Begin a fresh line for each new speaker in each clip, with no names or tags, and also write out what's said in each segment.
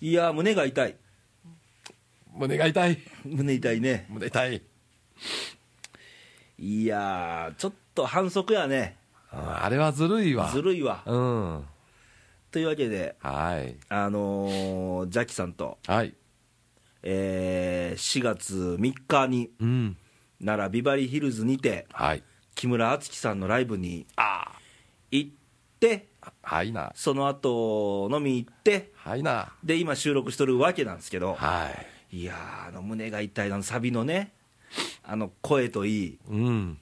いやー胸が痛い
胸が痛い
胸痛いね
胸痛い
いやーちょっと反則やね
ああれはずるいわ
ずるいわ
うん
というわけで
はい
あのージャッキさんと、
はい
えー4月3日に
うん
奈良ビバリーヒルズにて
はい
木村敦樹さんのライブに
あ
行って
あはいな
その後飲み行って
はいな
で今収録しとるわけなんですけど
はい
いやーあの胸が痛いあのサビのねあの声といい
うん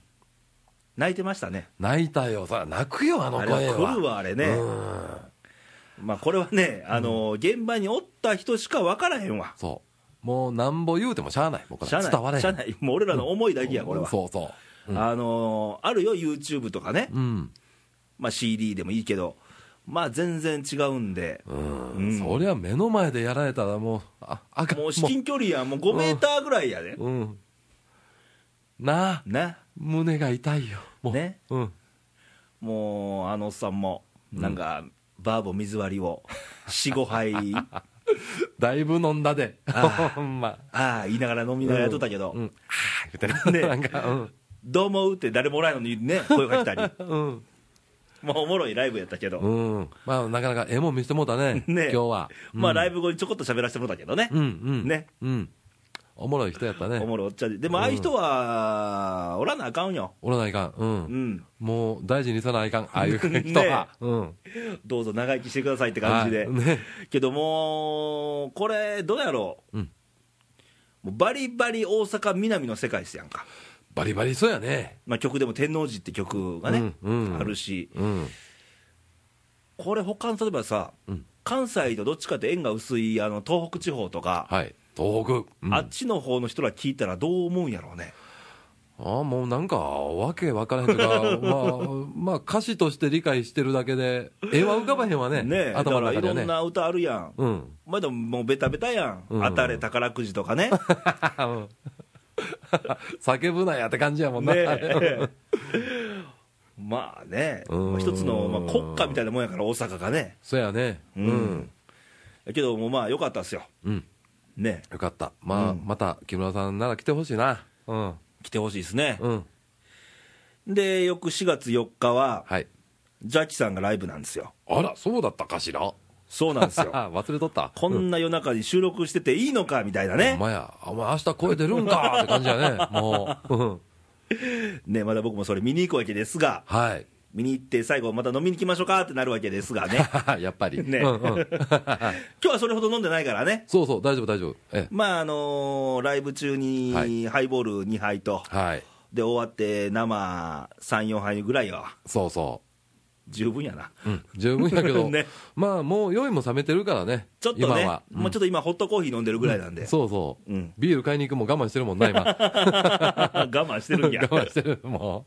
泣いてましたね
泣いたよさ泣くよあの
あれは
声は
来るわあれね
うん
まあこれはねあの、現場におった人しか分からへんわ
そうもうなんぼ言うてもしゃあない僕
しゃ
ら
あない
伝われへん
しゃあないもう俺らの思いだけやこれは、
そうそううん
あのーあるよ YouTube とかね、
うん、
まあ、CD でもいいけどまあ全然違うんで
うん
うん
そりゃ目の前でやられたらもうああかん
もう至近距離やもう5メーターぐらいやで、
もううんなあ
ね
胸が痛いよもう
ね
うん
もうあのおっさんもなんか、バーボ水割りを45杯 あ
だいぶ飲んだで
あ
ほんま
あ言いながら飲みながらやっとったけど、
うんうんああ言うて
ね
る なんかうん
どう思うって誰もおらんのにね声が来たり
うん
もうおもろいライブやったけど、
うんまあなかなかええもん見せてもうたね
ね
今日は
まあライ
ブ
ブ後にちょこっと喋らせてもらったけどね、
うんうん
ね
うんおもろい人やったね
おもろいおっちゃんででもああいう人はおらなあかんよ
おらないかんう
うんん
もう大事にさな いかんああいう人
ね
はうん
どうぞ長生きしてくださいって感じで、
はいね
けどもうこれどうやろう、
うん
もうバリバリ大阪南の世界ですやんか、
バリバリそうやね
まあ、曲でも「天王寺」って曲がね、
うんうん
あるし
うん
これ他の例えばさ、
うん
関西とどっちかって縁が薄いあの東北地方とか、
はい東北うん
あっちの方の人ら聞いたらどう思うんやろうね
ああもうなんかわけわからへんと かまあ、まあ、歌詞として理解してるだけで絵は浮かばへんわね
ねえだか
頭の
らい
中で
ろ
はね
んな歌あるやん、
うん
まあでももうベタベタやん、
うん
当たれ宝くじとか ね
叫ぶなやって感じやもんな、
ね えまあね、
うん
一つの、まあ、国家みたいなもんやから大阪がね
そうやね
う
うんん、うん
やけどもうまあ良かったっすよね
よかったまあ、
うん
また木村さんなら来てほしいなうん
来てほしいですね、
うん
で翌4月4日は
はい
ジャッキさんがライブなんですよ
あらそうだったかしら
そうなんです
あ
よ
忘れとった
こんな夜中に収録してていいのかみたいな
お
ね
前やお前明日声出るん かって感じやねもう、うん、
ねまだ僕もそれ見に行くわけですが
はい
見に行って最後また飲みに行きましょうかってなるわけですがね
やっぱり
ね
うんうん、
今日はそれほど飲んでないからね
そうそう大丈夫大丈夫ええ
まああのーライブ中
は
に
い
ハイボール2杯と、
はい
で終わって生34杯ぐらいは
そうそ
十分やな
う、うん、十分やけど、
ね
まあもう酔いも冷めてるからね
ちょっとね
今は、
もうちょっと今ホットコーヒー飲んでるぐらいなんで、
そうそう、
うん
ビール買いに行くも我慢してるもんな今我
我慢してる んや
慢してるも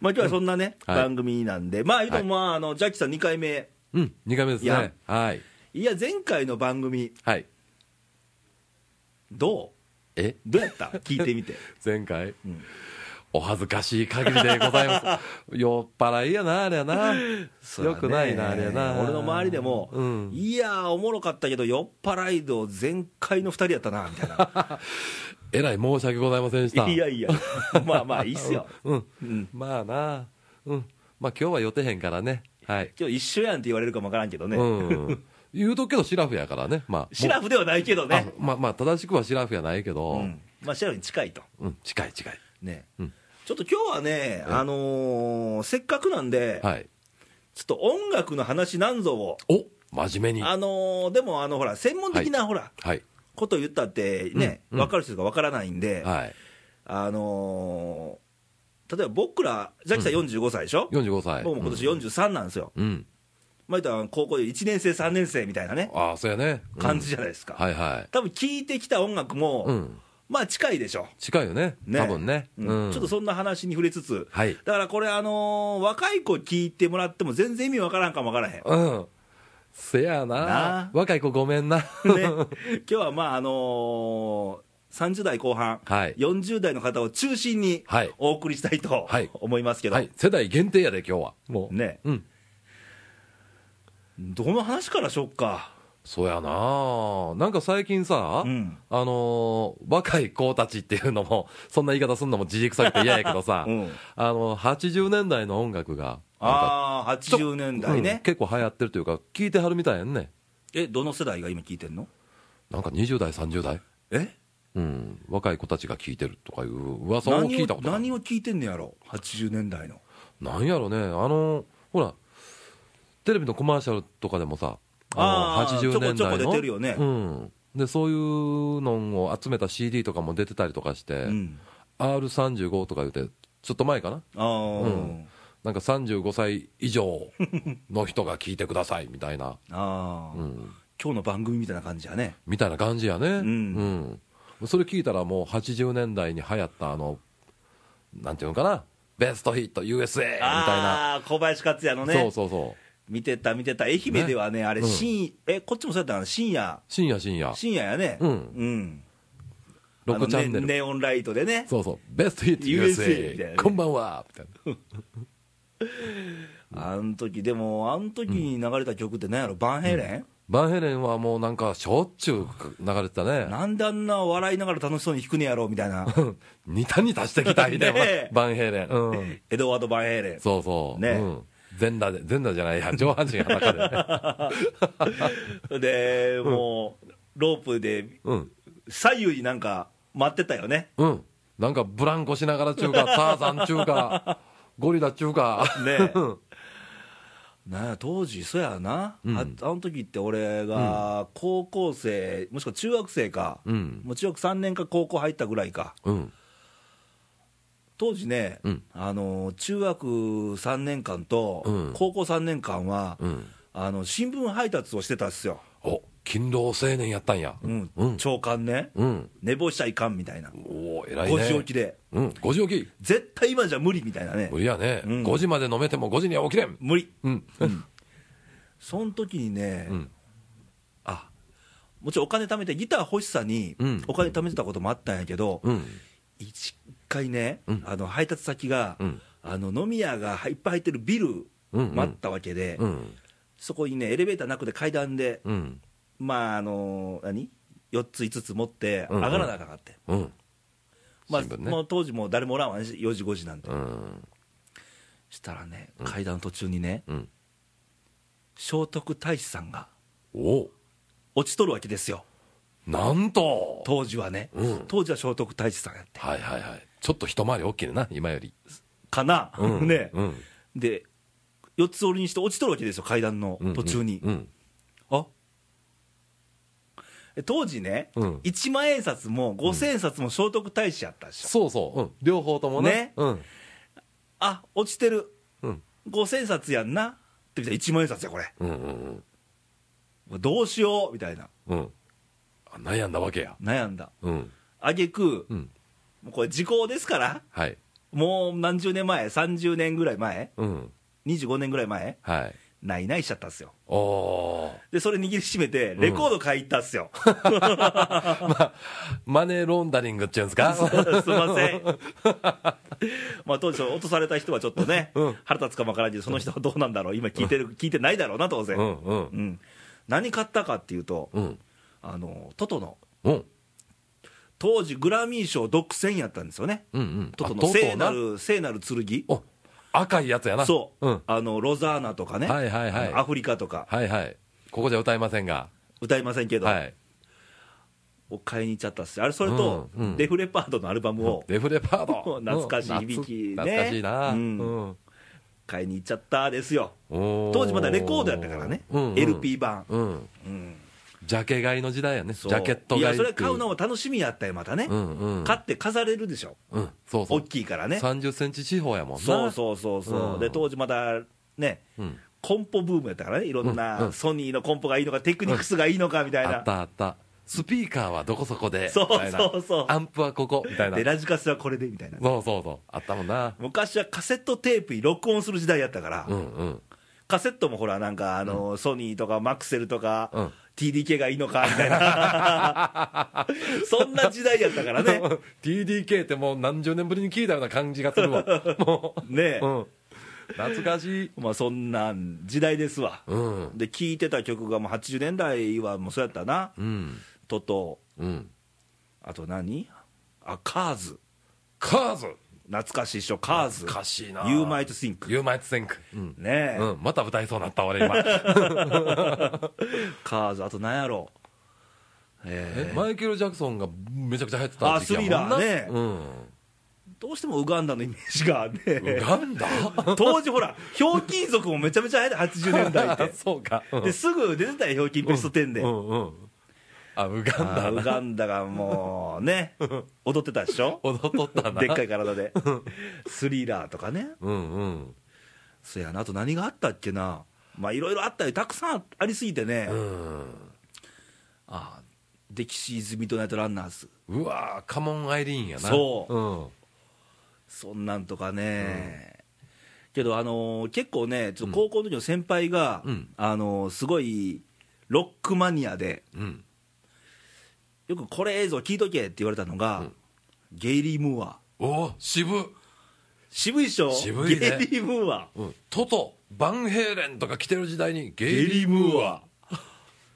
まあ今日はそんなね、
うん はい
番組なんでまあ言うともまああのジャッキさん2回目
ううん2回目です
いや
ねはい
いや前回の番組
はい
ど
え
うどうやった聞いてみ て
前回、
ん
お恥ずかしい限りでござ います酔っ払いやなあれやな
そうだね
よくないなあれやな
俺の周りでも、
うん
いやーおもろかったけど酔っ払い度全開の2人やったなみたい な
えらい申し訳ございませんでした
いやいやまあまあいいっ すよ、
うん
うん、
まあなうんまあ今日は予定へんから ねはい、
今日一緒やんって言われるかもわからんけどね、
うん言うとくけどシラフやからねまあ
シラフではないけど
もうあ
ね、
まあまあ正しくはシラフやないけど、う
うんんまあ、シラフに近いと
近い近い
ね、
うん
ちょっと今日はね、あのーせっかくなんで、
はい
ちょっと音楽の話なんぞを、
お真面目に
あのーでもあのほら専門的なほら、
はい
こと言ったってね、
うん
分かる人が分からないんで、
はい
あのー例えば僕ら、ジャッキさん45歳でしょ、
45歳
僕も今年43なんですよ、
うん、うん
まあ、言ったら高校で1年生、3年生みたいなね、
ああそうやね、うん
感じじゃないですか、
はいはい
多分聞いてきた音楽も、
うん
まあ近いでしょ、
近いよね
ね
多分ね、
うんちょっとそんな話に触れつつ、
はい
だからこれ、あのー若い子聞いてもらっても全然意味わからんかもわ からへん。
うんせやな
なあ
若い子ごめん な
ね、今日はまあ、あのー30代後半、
はい
40代の方を中心に
はい
お送りしたいと
はい
思いますけど、
はい世代限定やで今日はもう
ね
うん
どの話からしよっか、
そうやななんか最近さ、
うん
あのー若い子たちっていうのも、そんな言い方すんのもじじくさくて嫌やけど さ、
うん
あの80年代の音楽が、
ああ
ちょ
80年代
うん
ね、
結構流行ってるというか、聞いてはるみたいやんね、
えどの世代が今聞いてんの
なんか20代、30代、
え
うん、若い子たちが聞いてるとかいう噂を聞
何
いた
を
ことある
何を聞いてんのやろ80年代の
なんやろね、あのほら、テレビのコマーシャルとかでもさ、
あ
あ
ー
の80年代の
ちょこちょこ出てるよね
うん、でそういうのを集めた CD とかも出てたりとかして、
うん、
R35 とか言って、ちょっと前かな、
あー、
うんなんか35歳以上の人が聞いてくださいみたいな、
あー、
うん、
今日の番組みたいな感じやね
みたいな感じやね、うんんそれ聞いたら、もう80年代に流行った、あのなんていうのかな、ベストヒット USA みたいな、
ああー小林克也のね
そうそうそう、
見てた見てた愛媛ではねあれ
うん
深、えこっちもそうやったかな深夜
深夜深夜、
深夜やね
うん
うんあの
6チャンネル
ね。ネオンライトでね
そうそう、ベストヒット USA,
USA みたいなね
こんばんはみたいな
あの時でもあの時に流れた曲って何やろバンヘイレ
バンヘレンはもうなんかしょっちゅう流れてた
ン、
ね、
なんであんな笑いながら楽 しそうに弾くねやろみたいな
似たに足してきたい
ねえ
ね、バンヘレン、うん、
エドワード・バンヘイレン
そうそう、
ねえ
うん、全裸で、全裸じゃないや、上半身裸で、 ね、
でもう、ロープで
うん、
左右になんか待ってたよね
うん、なんかブランコしながら中華、ターザン中華、ゴリラ中華、
ねなんや当時そうやな、
うん
ああの時って俺が高校生、もしくは中学生か、
うん、
もう中学3年か高校入ったぐらいか
うん、
当時ね、
うん
あの中学3年間と
うん
高校3年間は、
うん、
あの新聞配達をしてたっすよ、
お勤労青年やったんや、
う
うんん、うん、
朝刊ね、寝坊しちゃいかんみたいな、
おお、偉いね、
5時起きで、
うん、5時起き、
絶対今じゃ無理みたいなね
無、理やね、
うん
5時まで飲めても5時には起きれん、
無理、
うん、
その時にね、
うん
あもちろんお金貯めて、ギター欲しさに
うん
お金貯めてたこともあったんやけど、
うん、
一回ね、
うん
あの配達先が、
うん
あの飲み屋がいっぱい入ってるビル、
うんうん
待ったわけで、
うん、
そこにね、エレベーターなくて階段で、
うん、
まあ、あの何 ?4 つ、5つ持って、
うんう
上
ん
がらなあかんかって、
うん、
まあ
新聞
も
ね、
う当時、もう誰もおらんわね、4時、5時なんて、
うん、
したらね、階段の途中にね、
うん、
聖徳太子さんが
お
落ちとるわけですよ、
なんと、
当時はね、
うん
当時は聖徳太子さんやって、
はいはいはい、ちょっと一回り大きいねな、今より、
かな、
うん、
ね、
うん、
で、4つ折りにして落ちとるわけですよ、階段の
うん
途中に。
うん、
あ当時ね、
うん
一1万円札も五千円札も聖徳太子やったでしょ、
そうそう、うん、両方ともね、
ね
うん、
あ落ちてる、
うん、
五千円札やんなって見たら、1万円札や、これ、
うん、うん、
どうしようみたいな、
うん、あ悩んだわけや、
悩んだ、
うん、
あげく、
うん、
もうこれ、時効ですから、
はい、
もう何十年前、30年ぐらい前、
うん、
25年ぐらい前、
はい、
ないないしちゃったんですよ、
おお、
でそれ握りしめて、レコード買いに行ったんですよ、
マネーロンダリングっていうんですか、
すいません。まあ当時、落とされた人はちょっとね、腹立つかもわからんけど、その人はどうなんだろう、今聞いてる、聞いてないだろうな、当然、
う
うん
ん、うん、
何買ったかっていうと、
うん、
あのトトの、
うん、
当時、グラミー賞独占やったんですよね、
うん、うん、
トト
あ
の聖な
な
る聖なる剣、
お赤いやつやな、
そう、
うん、
あのロザーナとかね、
はいはいはい
あのアフリカとか、
はいはい、ここじゃ歌いませんが、
歌いませんけど、
はい。
を買いに行っちゃったっすよあれ、それと、
うんうん
デフレパードのアルバムを
デフレパ ード
懐かしい響きね
懐懐かしいな、
うん
うん
買いに行っちゃったですよ、
おー
当時まだレコードやったからね、
うんうん
LP 版。
うん
うん
ジャケ買いの時代やねジ
そう
ャケット買い
い
って
や
い
それ買うのも楽しみやったよまたね、
うんうん
買って飾れるでしょ
うんそうそう
大きいからね
3 0ンチ四方やもんな
そうそうそうそう、
うん
で当時まだね
うん
コンポブームやったからねいろん
うんう
なんソニーのコンポがいいのかテクニクスがいいのかみたい
あ
な
っ、たあったスピーカーはどこそこで
そう
みたいな
そうそう
アンプはここみたいな
でラジカセはこれでみたいな
そうそうそうあったもんな
昔はカセットテープに録音する時代やったから、
うんうん
カセットもほらなんかあの、ソニーとかマクセルとか、
うん
TDK がいいのかみたいな そんな時代やったからね
TDK ってもう何十年ぶりに聞いたような感じがするわも
ねえ、
う、うん、懐かしい。
まあそんなん時代ですわ、
うん。
で聴いてた曲がもう80年代はもうそうやったな、
うん。
トト、
うん。
あと何あカーズ、
カーズ
懐かしいっしょ、カーズ、
懐かしいな
You Might Think、
You might think. うん。
ねえ、
うん。また歌いそうになった俺今。
カーズ、あと何やろう、え
えマイケル・ジャクソンがめちゃくちゃ流行ってた時期やもん
あスリラーね
う
ーどうしてもウガンダのイメージが
ん。ウ
ね、
ガンダ
当時、ほら、ひょうきん族もめちゃめちゃ流行って、80年代って、
そうか。うん
ですぐ出てたよ、ひょうきんベスト10で。
うんうん。あ、ウガン
あ
ダ
ーウ
な。
ガンダがもう ね、踊ってたでしょ、
踊っとったな。
でっかい体で、スリラーとかね、
うんうん。
そやな、あと何があったっけな、まあいろいろあったよ、たくさんありすぎてね、
うん。
ああ、デキシーズ・ミッドナイト・ランナーズ、
うわーカモン・アイリーンやな。
そう
うん。
そんなんとかね、けど、あのー結構ね、ちょっと高校の時の先輩が、
うん
あのーすごいロックマニアで、
うん。
よくこれ映像聞いとけって言われたのが、ゲイリー・ムーア、
おお渋
渋いっしょ、
渋いね
ゲイリー・ムーア、
うん、トト、バンヘイレンとか来てる時代にゲ
ゲイ
イ
リ
リ
ー・
ー・
ム
ム
ー
ー
ア
ア、、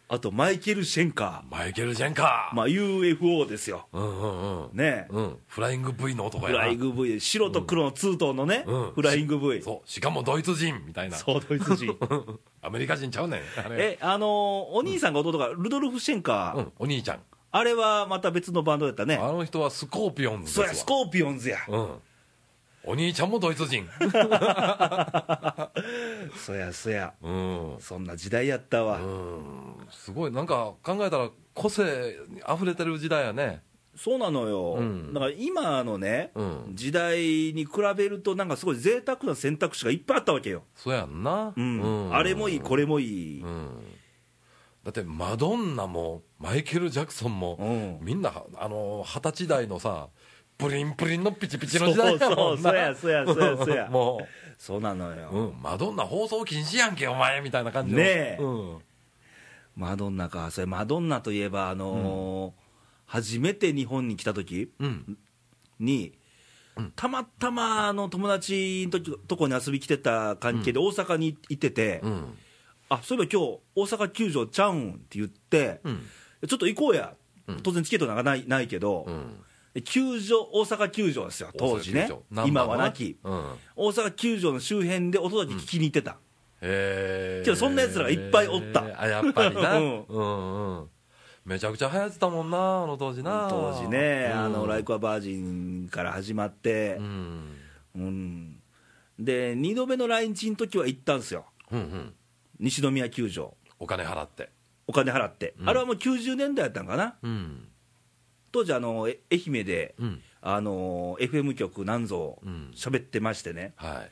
あとマイケル・シェンカ
マイケル・ジェンカ
ー、
ー、
まあ、UFO ですよ、
うんうんうん、
ね、
うん、フライング V の男
フ
やな
ライング V、白と黒のツートンのね、
うん
フライング V、
そう、しかもドイツ人みたいな、
そうドイツ人。
アメリカ人ちゃうねん、あれ
えあのーお兄さんが弟がルドルフ・シェンカー、
うん、お兄ちゃん、
あれはまた別のバンドやったね
あの人はスコーピオンズ
そ
で
りゃス
すわ、
コーピオンズや、
うん、お兄ちゃんもドイツ人、
そやそや
うん、
そんな時代やったわ、
うん、すごい、なんか考えたら、個性に溢れてる時代やね、
そうなのよ、
うん
だから今のね、
うん
時代に比べるとなんかすごい贅沢な選択肢がいっぱいあったわけよ、
そうやんな、
うんあれもいいこれもいい、
うんだってマドンナもマイケル・ジャクソンも、
うん
みんなあの二十歳代のさプリンプリンのピチピチの時代やもん
そ
な
うそうそうやそうやそうやそうや
も
そうなのよ、
う、うん、マドンナ放送禁止やんけお前みたいな感じの
ねえ
うん、
マドンナかそれマドンナといえばあのー初めて日本に来た時
うん、
に、たまたまあの友達のときとこに遊び来てた関係で大阪に行ってて、
うん
あそういえば今日大阪球場ちゃうんって言って、
うん
ちょっと行こうや、当然チケットなんかないないけど、
うん
で球場、大阪球場ですよ、当時ね
大阪球場、
今はなき、
うん、
大阪球場の周辺で音だけ聞きに行ってた、
へえ
けどそんな奴らがいっぱいおった
あやっぱりな、
う
うんん、うんめちゃくちゃ流行ってたもんなあの当時な
当時ね、
うん
あのライクアバージンから始まって
う、ん
うんで2度目の来日の時は行ったんですよ、
うんうん
西宮球場、
お金払って
お金払って、あれはもう90年代やったんかな、
うん
当時あの、え愛媛で、
うん
あの FM 局、なんぞ
うん
喋ってましてね、
は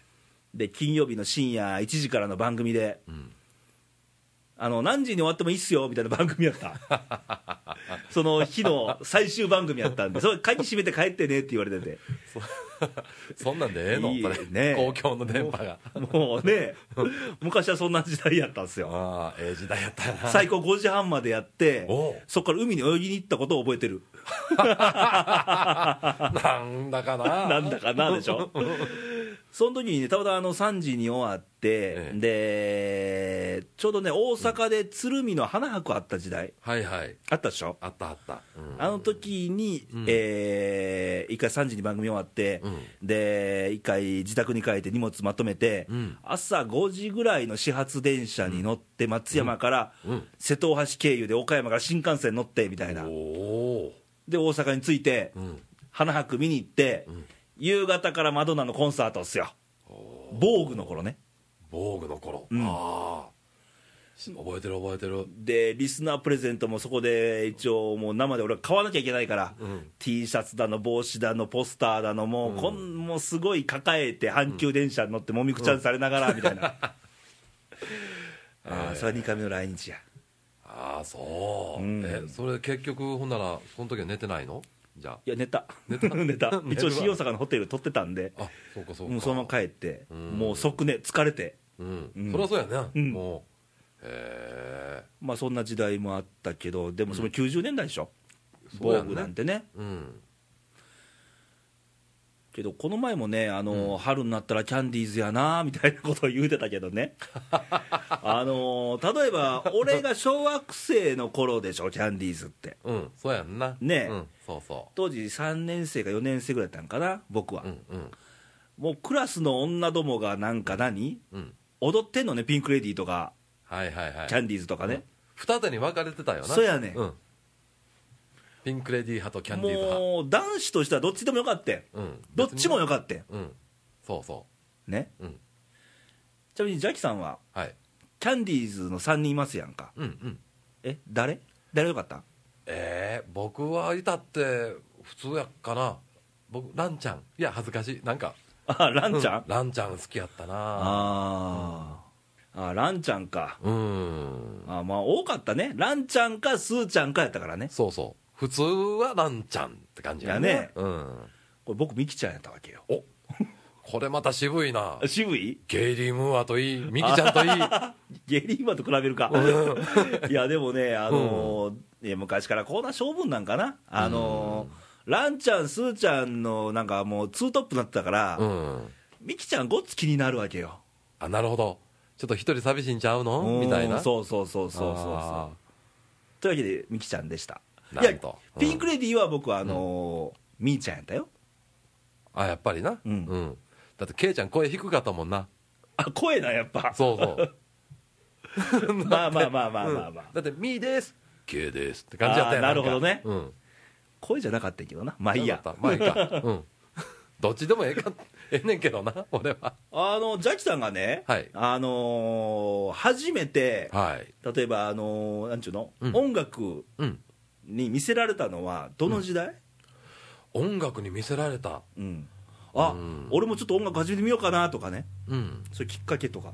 い
で金曜日の深夜1時からの番組で。
うん
あの何時に終わってもいいっすよみたいな番組やった、 その日の最終番組やったんで、それ鍵閉めて帰ってねって言われてて、
そんなんでええの
いい
そ
ね
れ公共の電波が
もうね、昔はそんな時代やったんですよ、
ああええ時代やったよな
最高5時半までやって
おう、
そこから海に泳ぎに行ったことを覚えてる、
なんだかな
なんだかなでしょ、 その時にね、たまたまあの3時に終わって、
え
で、ちょうどね、大阪で鶴見の花博あった時代、
はいはい
あったでしょ。
あったあった、うん
あの時に、
ん
えー一回3時に番組終わって、
う
で一回自宅に帰って荷物まとめて、
うん
朝5時ぐらいの始発電車に乗って、松山から、
うん
瀬戸大橋経由で岡山から新幹線乗ってみたいな、
おお
で大阪に着いて、
うん
花博見に行って、夕方からマドンナのコンサートっすよ、防具の頃ね。
防具の頃、
ん
ああし覚えてる覚えてる
でリスナープレゼントもそこで一応もう生で俺は買わなきゃいけないから、
うん
T シャツだの帽子だのポスターだのもう,、こん、もうすごい抱えて阪急電車に乗ってもみくちゃんされながらみたい な、ああそれは2回目の来日や
ああそう、
うん
えそれ結局ほんならその時は寝てないのじゃ
いや寝た
寝た
寝た
寝
一応
るわ
新大阪のホテル取ってたんで
ああそうかそうか
もうそのまま帰って、
ん
もう即寝疲れて
うん、
うん
そりゃそうやね、
うん
もうへえ
まあそんな時代もあったけどでもその90年代でしょ、
そう
防
やんね
具なんてね
うん
けどこの前もねあの、春になったらキャンディーズやなみたいなことを言うてたけど ねあの例えば俺が小学生の頃でしょキャンディーズって
うんそうやんな
ねえ
うん、そうそ
当時3年生か4年生ぐらいだったんかな僕は、
ううんうん
もうクラスの女どもがなんか何
うん
踊ってんのねピンク・レディーとか
はいはいはい
キャンディーズとかね、
二手に分かれてたよな
そうやねん
うん、ピンク・レディー派とキャンディーズ派
もう男子としてはどっちでもよかったん
うん
どっちもよかったん
うんそうそ
ね
ううん
ちなみにジャキさんは
はい
キャンディーズの3人いますやんか
うんうん
え誰誰よかった
えー、僕はいたって普通やっかな僕ランちゃんいや恥ずかしいなんか
あランちゃん、
うランちゃん好きやったな
あー、あランちゃんか
うん
あーまあ多かったねランちゃんかスーちゃんかやったからね
そうそう普通はランちゃんって感じやね
やね
うん
これ僕ミキちゃんやったわけよ
おこれまた渋いな
渋い
ゲイリー・ムーアといいミキちゃんといい
ゲリーマと比べるか いやでもねあのーいや昔からこんな勝負なんかなあのーランちゃんスーちゃんのなんかもうツートップになってたから、
うん
ミキちゃんごっつ気になるわけよ
あなるほどちょっと一人寂しいんちゃうのみたいな
うんそうそうそうそうそうそう
あ
というわけでミキちゃんでした
ない
や
んとうん
ピンクレディーは僕はあのーみーちゃんやったよ
ーあやっぱりな
う
うんん、だってケイちゃん声低かったもんな
あ声なやっぱ
そうそう
まあまあまあまあまあまあ、
だって「ミーです」「ケイです」って感じだったよ
あーなるほどね
うん
声じゃなかったけどなまあいい
よ
や
かったまあいいかうん どっちでもええかええねんけどな 俺は
あのジャッキさんがね、
はい
あのー初めて
はい
例えばあのーなんちゅうの、
うん
音楽
うん
に見せられたのはどの時代、
音楽に魅せられた
うんあ、
うん
俺もちょっと音楽始めてみようかなとかね
うん
そういうきっかけとか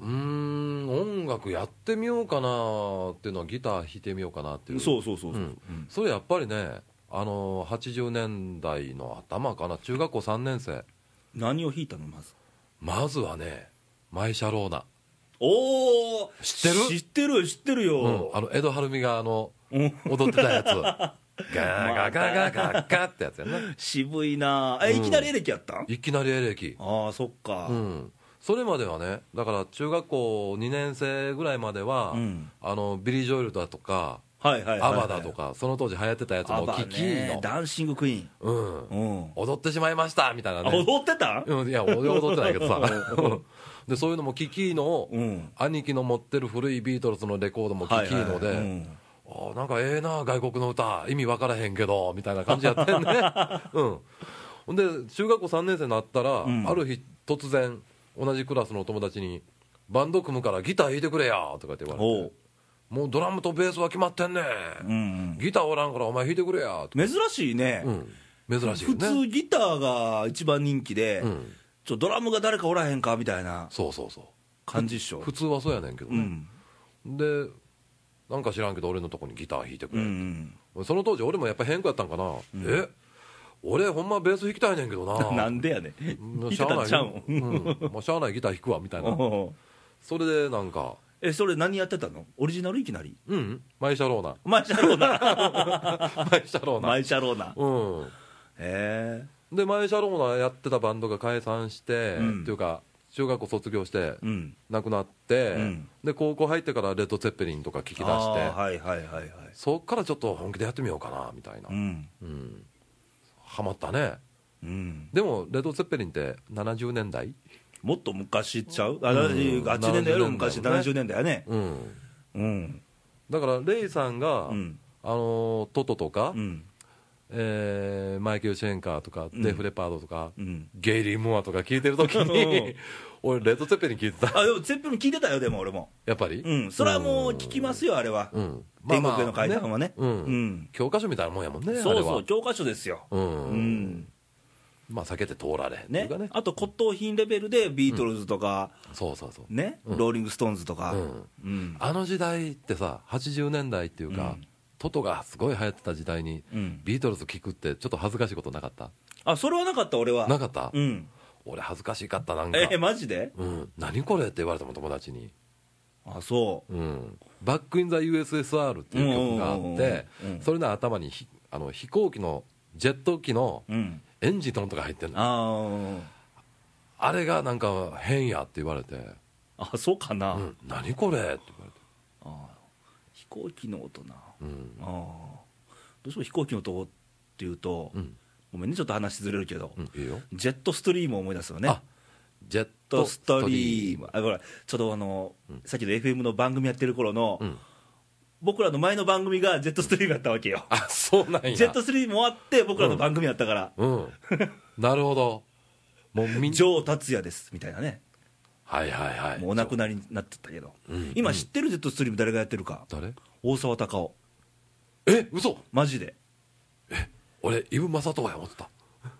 うーん音楽やってみようかなっていうのはギター弾いてみようかなっていう
そうそうそうそう、
うんそれやっぱりねあの80年代の頭かな中学校3年生
何を弾いたのまず
まずはねマイ・シャローナ、
おお
知ってる
知ってる知ってる
う
よ
ん、、あの江戸晴美があの
うん
踊ってたやつガーガーガーガーガーガーってやつやな
渋いなあえ、
う
い
ん
きなりエレキやったん
いきなりエレキ
ああそっか
うんそれまではねだから中学校2年生ぐらいまでは、
うん
あのビリー・ジョエルだとか、
はいはいはい、はい、
アバだとかその当時流行ってたやつ
ア
も
バ
聞きの
ね、、ダンシングクイーン
う
う
ん、
ん、
踊ってしまいましたみたいな
あ
ね
踊ってた
うん、いや俺は踊ってないけどさでそういうのも聞きのを、
うん
兄貴の持ってる古いビートルズのレコードも聞きので、
はいはいうん
ああなんかええな外国の歌意味分からへんけどみたいな感じやって んねうんほんで中学校3年生になったら、
ん
ある日突然同じクラスのお友達に「バンド組むからギター弾いてくれや」とかって言わ
お
れ
う
て「もうドラムとベースは決まってんね、
うん
ギターおらんからお前弾いてくれや」と
珍しいね、
うん、珍しいよ
普
ね
通ギターが一番人気で、
うん、
ちょドラムが誰かおらへんかみたいな
そうそうそう
感じっしょ
普通はそうやねんけど
う
ね、
ん
でなんか知らんけど俺のとこにギター弾いてく
うんう
れ、
ん
その当時俺もやっぱ変更やったんかな、え俺ほんまベース弾きたいねんけどな
なんでやねん
もう
弾いてたんちゃうん
うんもうしゃあないギター弾くわみたいな
おう
それでなんか
えそれ何やってたのオリジナルいきなり
うんマイシャローナ
マイシャローナ
マイシャローナ
マイシャローナ
う
へえ
んでマイシャローナやってたバンドが解散して、
うん
っていうか中学校卒業して
うん
亡くなって、
うん
で高校入ってからレッド・ツェッペリンとか聞き出して、
あーはいはいはいはい
そっからちょっと本気でやってみようかなみたいな
うん
うんハマったね
うん
でもレッド・ツェッペリンって70年代
もっと昔ちゃう、あ
うん
78年代よりも昔、70
70
年代やね、
うん
うん、
だからレイさんが、
うん
あのトトとか、
うん、
えーマイケル・シェンカーとか、
ん
デフ・レパードとか、
うん
ゲイリー・ムーアとか聞いてる時
う
に
ん
俺レッド・ツェッペリン聞いてた
あでも、ゼッペリン聞いてたよ、でも俺も、
やっぱり
うん、それはもう聞きますよ、あれは、
うん、うんまあ
天
まあ
国への階段はね、
うん
うん
教科書みたいなもんやもんね
そう
あ
そ
れ
う、教科書ですよ、
はうん、
うん
まあ避けて通られへんってい
ね
うかね
あと骨董品レベルで、ビートルズとか、
そうそうそう、
ね、
うん
ローリング・ストーンズとか、
うん
うん
あの時代ってさ80年代っていうか、
うん
トトがすごい流行ってた時代に、
うん
ビートルズ聞くってちょっと恥ずかしいことなかった
あそれはなかった、俺は、
なかった、
うん、
俺恥ずかしかったなんか、
えマジで
うん、何これって言われたもん友達に、
あそ
うん、バック・イン・ザ・ USSR っていう曲があ
うんうんう
っ
ん
て
うん
それの頭にひあの飛行機のジェット機の
う、うん、
エンジンの音が入ってんの
あ
あれがなんか変やって言われて「
ああそうかな、
うん、何これ?」って言われて、
ああ飛行機の音な、
うん
ああどうしても飛行機の音っていうと、
うん
ごめんねちょっと話ずれるけど、
うん、いいよ、
ジェットストリームを思い出すよね
あジェッ
ジェッ
ト
トスト
ー
リームあほらちょうどあの、さっきの FM の番組やってる頃の、
ムうん
僕らの前の番組がジェットストリームだったわけよ
あそうなんや
ジェットストリーム終わって僕らの番組やったから
うんなるほどもう
「
みん
ジョー達也です」みたいなね
はいはいはい
もうお亡くなりになっちゃったけど、
ん
今知ってるジェットストリーム誰がやってるか
誰
大沢たかお
え嘘
マジで
俺イブ・マサトや思ってた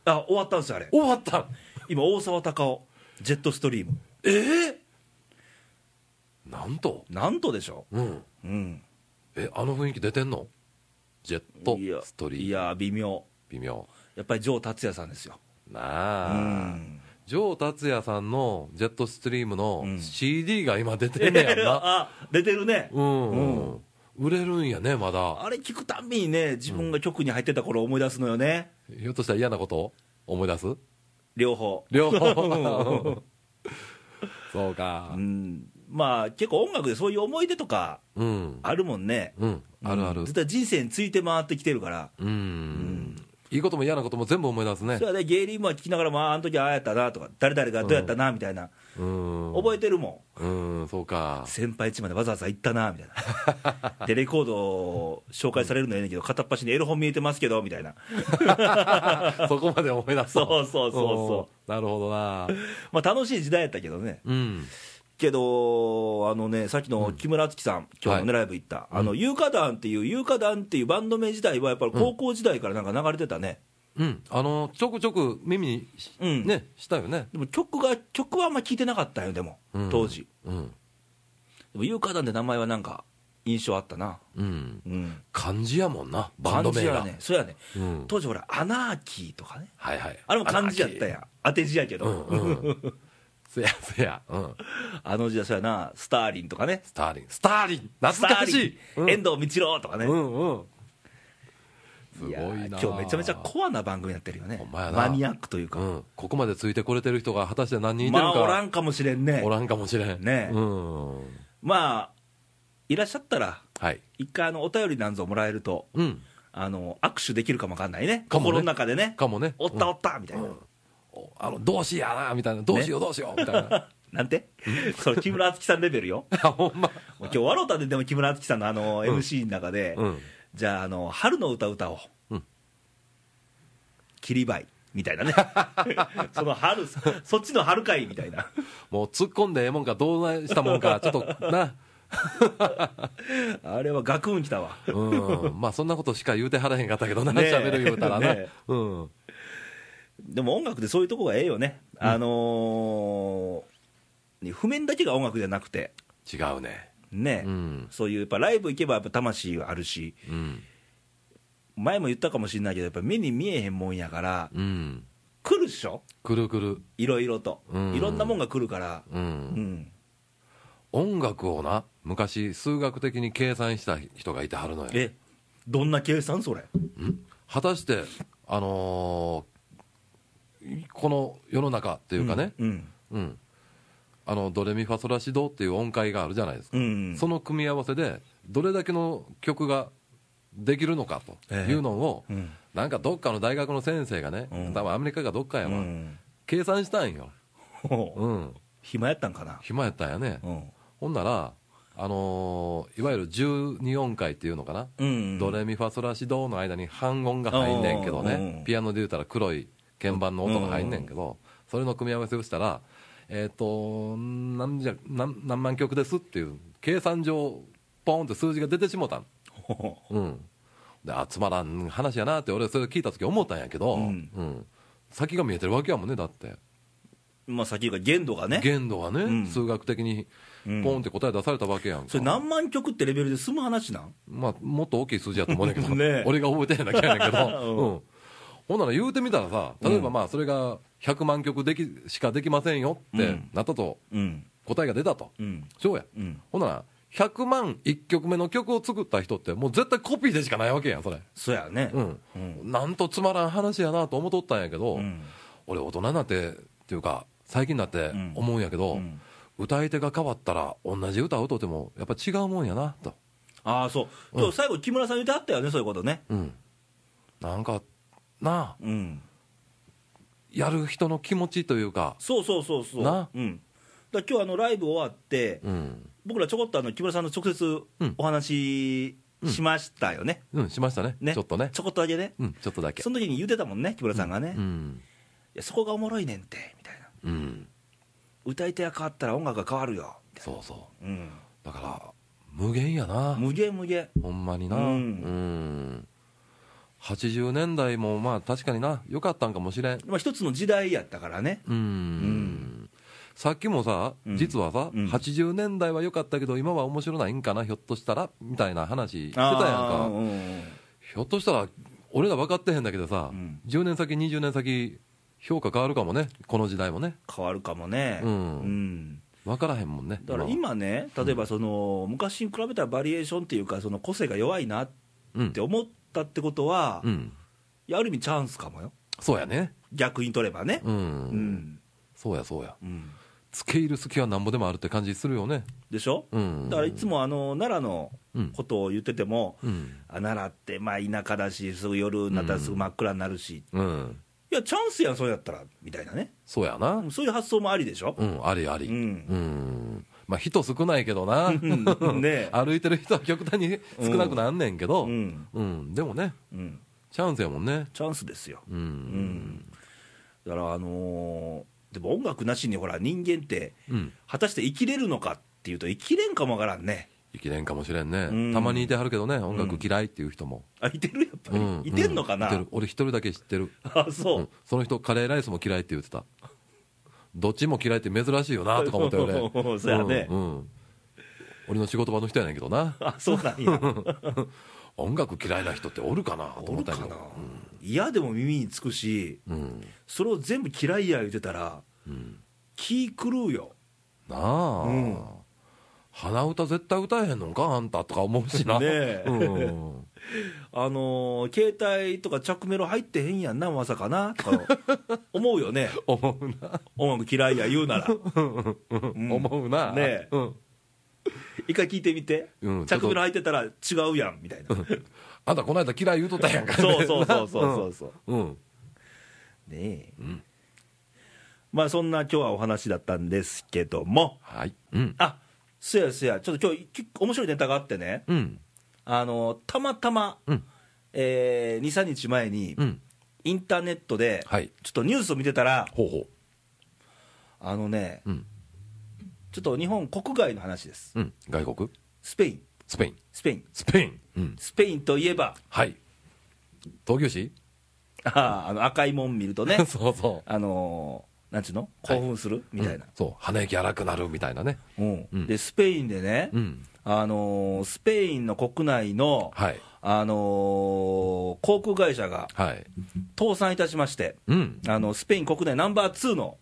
あ終わったんですよあれ
終わったん
今大沢たかおジェットストリーム
ええなんと
なんとでしょ
うん
ううん
えあの雰囲気出てんのジェ
い
ッ
や
トストリ
い
ーム
や微妙
微妙
やっぱりジョー達也さんですよう
なあ
ん
ジョー達也さんのジェットストリームの
うん
CD が今出てんねやんな
あ出てるね
うん、
う
売れるんやねまだ
あれ聞くたんびにね自分が局に入ってた頃思い出すのよね
ひょっとしたら嫌なことを思い出す
両方
両方そう
う
か
んまあ結構音楽でそういう思い出とか
うん
あるもんね
うんあるある
うん絶対人生について回ってきてるから
うん、いいことも嫌なことも全部思い出すね
それはね芸人も聞きながらもああの時ああやったなとか誰々がどうやったなみたいな
うん
覚えてるもん
うんそうか
先輩家までわざわざ行ったなみたい なでレコードを紹介されるのやねんけど片っ端にエロ本見えてますけどみたいな
そこまで思い出す
そうそうそうそ
うんなるほどな
まあ楽しい時代やったけどね
うん
けどあのねさっきの木村敦樹さん、今日のね、ライブ行ったあの有歌団っていう有歌団っていうバンド名自体はやっぱり高校時代からなんか流れてたね、
うんあのちょくちょく耳にし
うん
ねしたよね
でも曲が曲はあんま聞いてなかったよでも
うん
当時、
うん
でも有歌団って名前はなんか印象あったな
うん
うん
漢字やもんなバンド
漢
名
字
が
やねそうやね
うん
当時ほらアナーキーとかね
はいはい
あれも漢字やったやん当て字やけど、
うんうんせやせやうん
あの時代そうやな、スターリンとかね、
スターリンスターリン懐かしい
スターリン遠藤道郎とかね、
うんうんすごい
や今
な
日めちゃめちゃコアな番組になってるよね
ほんまや、な
マニアックという
う
か、
ん、ここまでついてこれてる人が果たして何人いてる
ま
か、
あ、おらんかもしれんね
お、らんかもしれん
ね
うん
まあ、いらっしゃったら、
はい
一回あのお便りなんぞもらえると、
うん
あの握手できるかもわかんないね、
かもね
心の中でね、
かもね
おったおったみたいな、
おあのどうしやなみたいなどうしようどうしようみたいな
なんて、それ、木村敦樹さんレベルよ、
あ ほん
も
ま
う今日笑うたで、でも木村敦樹さんのあの MC の中で、
うん
じゃああの、春の歌歌おう、
うん
切りばいみたいなね、 その春、そっちの春かいみたいな、
もう突っ込んでええもんかどうしたもんかちょっと な
あれはガクンきたわ、
うんまあそんなことしか言うてはらへんかったけどな
ねえ
喋る言うたらな、
ねえ
うん
でも音楽でそういうとこがええよね、あのーね譜面だけが音楽じゃなくて、
違うね
ね、
うん
そういうやっぱライブ行けばやっぱ魂はあるし、
うん
前も言ったかもしれないけど、やっぱ目に見えへんもんやから、
うん
来るっしょ、
くるくる
いろいろと、
うん
いろんなもんが来るから、
う
うんん、
音楽をな昔数学的に計算した人がいてはるのよ
え、どんな計算、それ。
果たして、あのーこの世の中っていうかね、
うん、
うんあのドレミファソラシドっていう音階があるじゃないですか、
うん、
その組み合わせでどれだけの曲ができるのかというのを、
ええうん
なんかどっかの大学の先生がね、
うん
多分アメリカかどっかやわ、
うん
計算したんよ、
ほう
うん、
暇やったんかな、
暇やったんやね、
うん
ほんなら、あのーいわゆる12音階っていうのかな、
うん、
ドレミファソラシドの間に半音が入んねんけど
うんうんう
ね
ん
ピアノで言うたら黒い鍵盤の音が入んねんけどそれの組み合わせをしたらえっ、と何じゃ何何万曲ですっていう計算上ポンって数字が出てしもたん
ほう
うんで集まらん話やなって俺それ聞いた時思ったんやけど、う
うんん
先が見えてるわけやもんねだって
まあ、さっき言うから限度がね、
限度はね、
うん
数学的に
うん
ポンって答え出されたわけやんか、
それ何万曲ってレベルで済む話なん
まあ、もっと大きい数字やと思うんだけど、
ねえ
俺が覚えてへんだけやねんけど、
う
うんほんなら言うてみたらさ、例えばまあそれが100万曲できしかできませんよっ
う
て
ん
なったと、
うん
答えが出たと、
うん
そうや、
うん
ほんなら、 100万1曲目の曲を作った人ってもう絶対コピーでしかないわけやんそれ、
そうやね
うん
うん
なんとつまらん話やなと思っとったんやけど、
うん
俺大人になってっていうか最近になって
ん
思うんやけど、
うん
歌い手が変わったら同じ歌を歌うてもやっぱ違うもんやなと、
ああそう今日最後木村さん言ってはったよねそういうことね
うん、なんかなあ
うん
やる人の気持ちというか、
そうそうそうそう
な
うんだから今日あのライブ終わって、
うん、
僕らちょこっとあの木村さんの直接
うん
お話ししましたよね,、
うん、しましたね
ね
ちょっとね、
ちょこっとだけね、
うん、ちょっとだけ
その時に言ってたもんね木村さんがね、
う
い
ん、
やそこがおもろいねんってみたいな
うん、
歌い手が変わったら音楽が変わるよみたい
そうそう
なうん
だから無限やな
無限無限
ほんまにな、う
うん
ん、80年代もまあ確かにな、良かったんかもしれん、
まあ一つの時代やったからね
うん、さっきもさ、
うん
実はさ、
うん
80年代は良かったけど、今は面白ないんかな、ひょっとしたらみたいな話してたや
あ
ん
ー
か、
うんうん
ひょっとしたら、俺ら分かってへんだけどさ、
うん
10年先、20年先、評価変わるかもね、この時代もね、
変わるかもね
うん
うん
分からへんもんね。
だから今ね例えばその昔に比べたらバリエーションっていうかその個性が弱いなっ
うん
て思ったってことは、
うん、
いやある意味チャンスかもよ
そうやね、
逆に取ればね
うん、
うん、
そうやそうや、
うん、
付け入る隙はなんぼでもあるって感じするよね、
でしょ、
うん、
だからいつもあの奈良の
うん
ことを言ってても、
うん、
あ奈良ってまあ田舎だしすぐ夜になったらすぐ真っ暗になるし、
うん、
いやチャンスやんそれやったらみたいなね
そうやな、
そういう発想もありでしょ、
うん、ありあり、
う
うん
ん
まあ、人少ないけどな、
ねえ
歩いてる人は極端に少なくなんねんけど、
う
うん
ん
でもね、
うん、
チャンスやもんね、
チャンスですよ、
う
うん
ん、
だからあのーでも音楽なしにほら人間って
うん、
果たして生きれるのかっていうと生きれんかもわからんね
生きれんかもしれんね、
うん
たまにいてはるけどね、音楽嫌いっていう人も、
あいてるやっぱ
う
り、
ん、
いてんのかな、
うんいてる俺、一人だけ知ってる、
あそう、。
うんその人、カレーライスも嫌いって言ってた。どっちも嫌いって珍しいよなとか思ったよね
そうやね
うんうん俺の仕事場の人やねんけどな、
あそうなん や
音楽嫌いな人っておるかなと
お
思
る
った
か
んや
な
けど、
嫌でも耳につくし
うん、
それを全部嫌いや言うてたら
うん、
気狂うよ
なあ、
うん
鼻歌絶対歌えへんのんかあんたとか思うしな
ねえ
うん、
あのー携帯とか着メロ入ってへんやんなまさかなと か思うよね
思うな、
音楽嫌いや言うならん
思うな
ねえ
うん、
一回聞いてみて、
うんちょっ
着
と
メロ入ってたら違うやんみたいな
あんたこの間嫌い言うとったやんか、
そうそうそうそうそうそう
うん、うん
ねえ、
ん
まあそんな今日はお話だったんですけども
はいうん
あそやそやちょっと今日結構面白いネタがあってね
うん
あのたまたま、
うん
えー、23日前に
うん
インターネットで
はい
ちょっとニュースを見てたら
ほうほ
あのね
ううん
ちょっと日本国外の話です
うん外国
スペイン
スペイン
スペイン
スペインうん
スペインといえ ば
はい東京市
あーあの赤いもん見るとね
そうそう
あのーなんちゅうの興奮する、みたいな
うん、そう鼻息荒くなるみたいなね
うん
うん
でスペインでね、
うん
あのースペインの国内の、
はい
あのー航空会社が
はい
倒産いたしまして、
うん
あのスペイン国内ナンバー2の、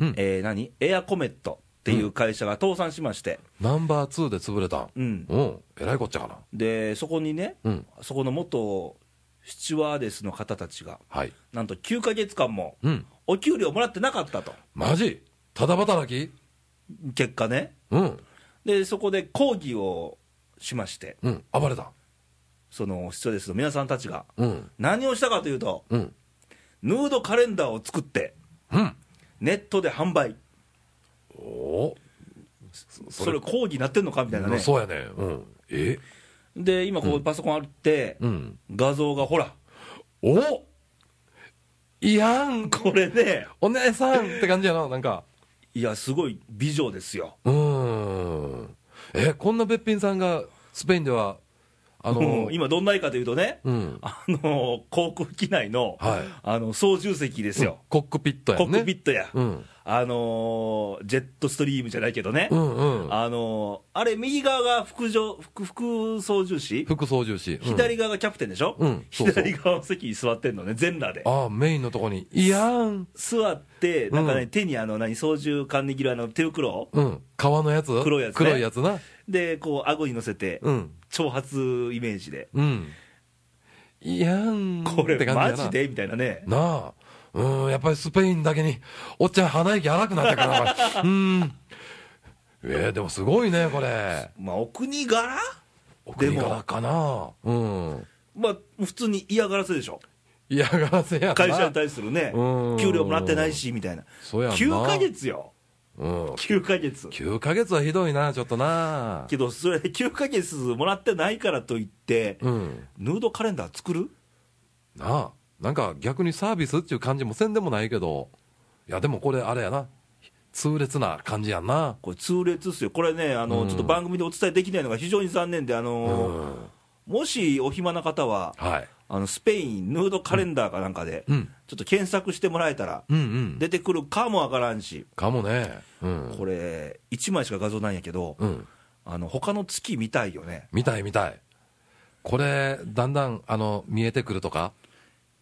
うん
えー何エアコメットっていう会社が倒産しまして、
ナンバー2で潰れたん
うん
うんえらいこっちゃかな
でそこにね、
うん
そこの元スチュワーデスの方たちが、
はい
なんと9ヶ月間も
うん
お給料もらってなかったと、
マジただ働き
結果ね、
うん
でそこで抗議をしまして、
うん暴れた
そのスチュワーデスの皆さんたちが、
うん
何をしたかというと、
うん
ヌードカレンダーを作って、
うん
ネットで販売、
おお
それ抗議になってんのかみたいなね、
そうやねうんえ
で今、ここパソコンあって、
うん
画像がほら、
おいやん
これね、
お姉さんって感じやななんか
いや、すごい美女ですよ、
うーん。え、こんなべっぴんさんがスペインではあの
うん今、どんないかというとね、
うん
あの航空機内の,、
はい
あの操縦席ですよ、
コックピットやね
コックピットや、
うん
あのージェットストリームじゃないけどね、
うんうん
あのーあれ、右側が副乗副副操縦士、
副操縦士うん
左側がキャプテンでしょ、
うんそうそう
左側の席に座ってんのね、全裸で。
ああメインのとこにいやーん
座って、なんかね、
うん
手にあの何操縦管握るあの手袋を
うん革のやつ
黒いやつね
黒いやつな
で、こう、顎に乗せて、
うん
長髪イメージで、
うんいやーん
これ
って、感じや
マ
な
ジでみたいなね、
なあ、うん、やっぱりスペインだけに、おっちゃん、鼻息荒くなったから、お前うん、えー、でもすごいね、これ、
まあ、お国柄
お
で
国
も
柄かな、うん、
まあ、普通に嫌がらせでしょ、
嫌がらせやな、
会社に対するね
うん、
給料もらってないしみたいな、
そうやんな
9ヶ月よ、
うん、
9ヶ月。
9ヶ月はひどいな、ちょっとな、
けど、それ、9ヶ月もらってないからといって、
うん、
ヌードカレンダー作る
なあ、なんか逆にサービスっていう感じもせんでもないけど、いや、でもこれ、あれやな、痛烈な感じやんな、
これ、痛烈っすよ、これねあの、
うん
ちょっと番組でお伝えできないのが非常に残念で、あ
う
の
ん、
もしお暇な方は、
はい、
あのスペインヌードカレンダーかなんかで、
うん、
ちょっと検索してもらえたら、
うん、うん、
出てくるかもわからんし、
かもね、うん、
これ、1枚しか画像ないんやけど、
うん。
あの他の月見たいよね。
見たい見たいこれだんだんあの見えてくるとか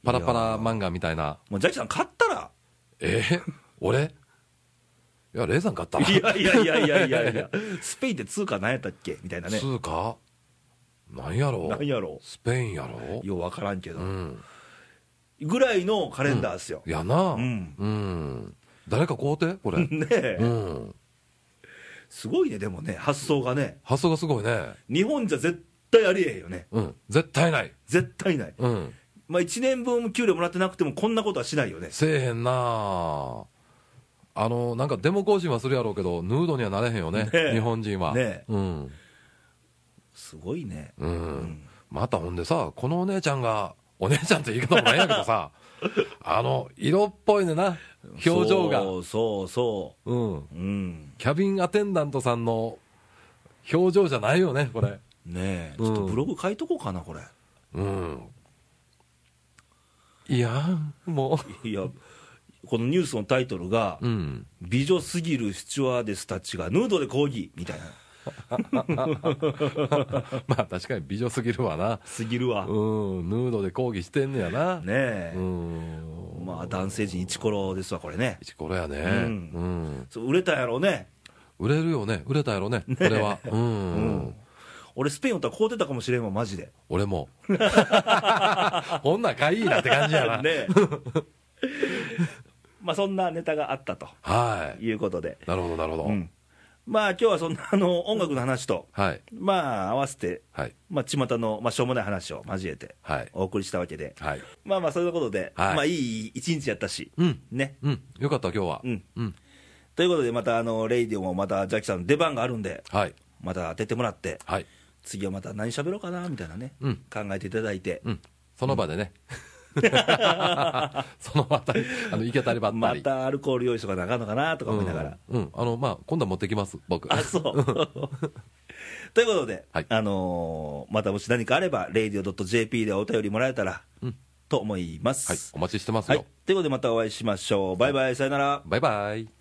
パラパラ漫画みたいな
もうジャッキさん、買ったら、
えー、俺いやレイさん買った
いやいやいやいやいやいや、 スペインって通貨なんやったっけみたいなね、
通貨なんやろ
なんやろ
スペインやろ
う、よう分からんけど、
うん
ぐらいのカレンダーですよ、
やな
うん
うん誰か買うてこれ
ねえ
うん
すごいね、でもね、発想がね、
発想がすごいね
日本じゃ絶対ありえへんよね、
うん絶対ない
絶対ない、
うん
まあ、1年分給料もらってなくても、こんなことはしないよね、
せえへんなあのなんかデモ行進はするやろうけどヌードにはなれへんよね
ねえ
日本人は
ねえ
うん
すごいね、
うん
ん
またほんでさ、このお姉ちゃんが、お姉ちゃんって言い方もないんやけどさ、あの色っぽいねんな、表情が、
そううそうそ
ん、
う、うん、
キャビンアテンダントさんの表情じゃないよね、これ、
ねえ、
うん
ちょっとブログ書いとこうかな、これ、
うん、いやん、も
いや、このニュースのタイトルが、
う、うん、
美女すぎるスチュワーデスたちがヌードで抗議みたいな、
まあ確かに美女すぎるわな、
すぎる
う
わ、ね
ん、ヌードで抗議してんねやな、
え
う、ん、
まあ、男性陣、イチコロですわ、これね、
一これやね、う
うん
ん、
そう売れたんやろうね、
売れるよね、売れたやろね、こ れは、うん
俺、スペインおったらこう出たかもしれんわ、マジで。
俺も ほんなんかいいなって感じやな、
ね まあそんなネタがあったと
はい
いうことで、
なるほどなるほど、
うんまあ今日はそんなあの音楽の話と、
はい
まあ合わせて、
はい
まあ巷の、まあ、しょうもない話を交えて
はい
お送りしたわけで、
はい
まあまあそういうことで、
はい
まあいい一日やったし、
うん
ね。
うんよかった今日は
うん
うん
ということで、またあのレイディオもまたジャッキさんの出番があるんで、
はい
また出てもらって、
はい
次はまた何喋ろうかなみたいなね、
うん
考えていただいて、
うんその場でね、 その場であの行けたりばった
ま
り
たアルコール用意しとかなあかんのかなとか思いながら、
うん、うんあのまあ今度は持ってきます僕
あ、そう。 ということで、
はい
あのーまたもし何かあれば、radio.jp でお便りもらえたら、
うん
と思いま
はい
す。
お待ちしてます
は
よ、
い。ということでまたお会いしましょう。バイバイ、さよなら。
バイバイ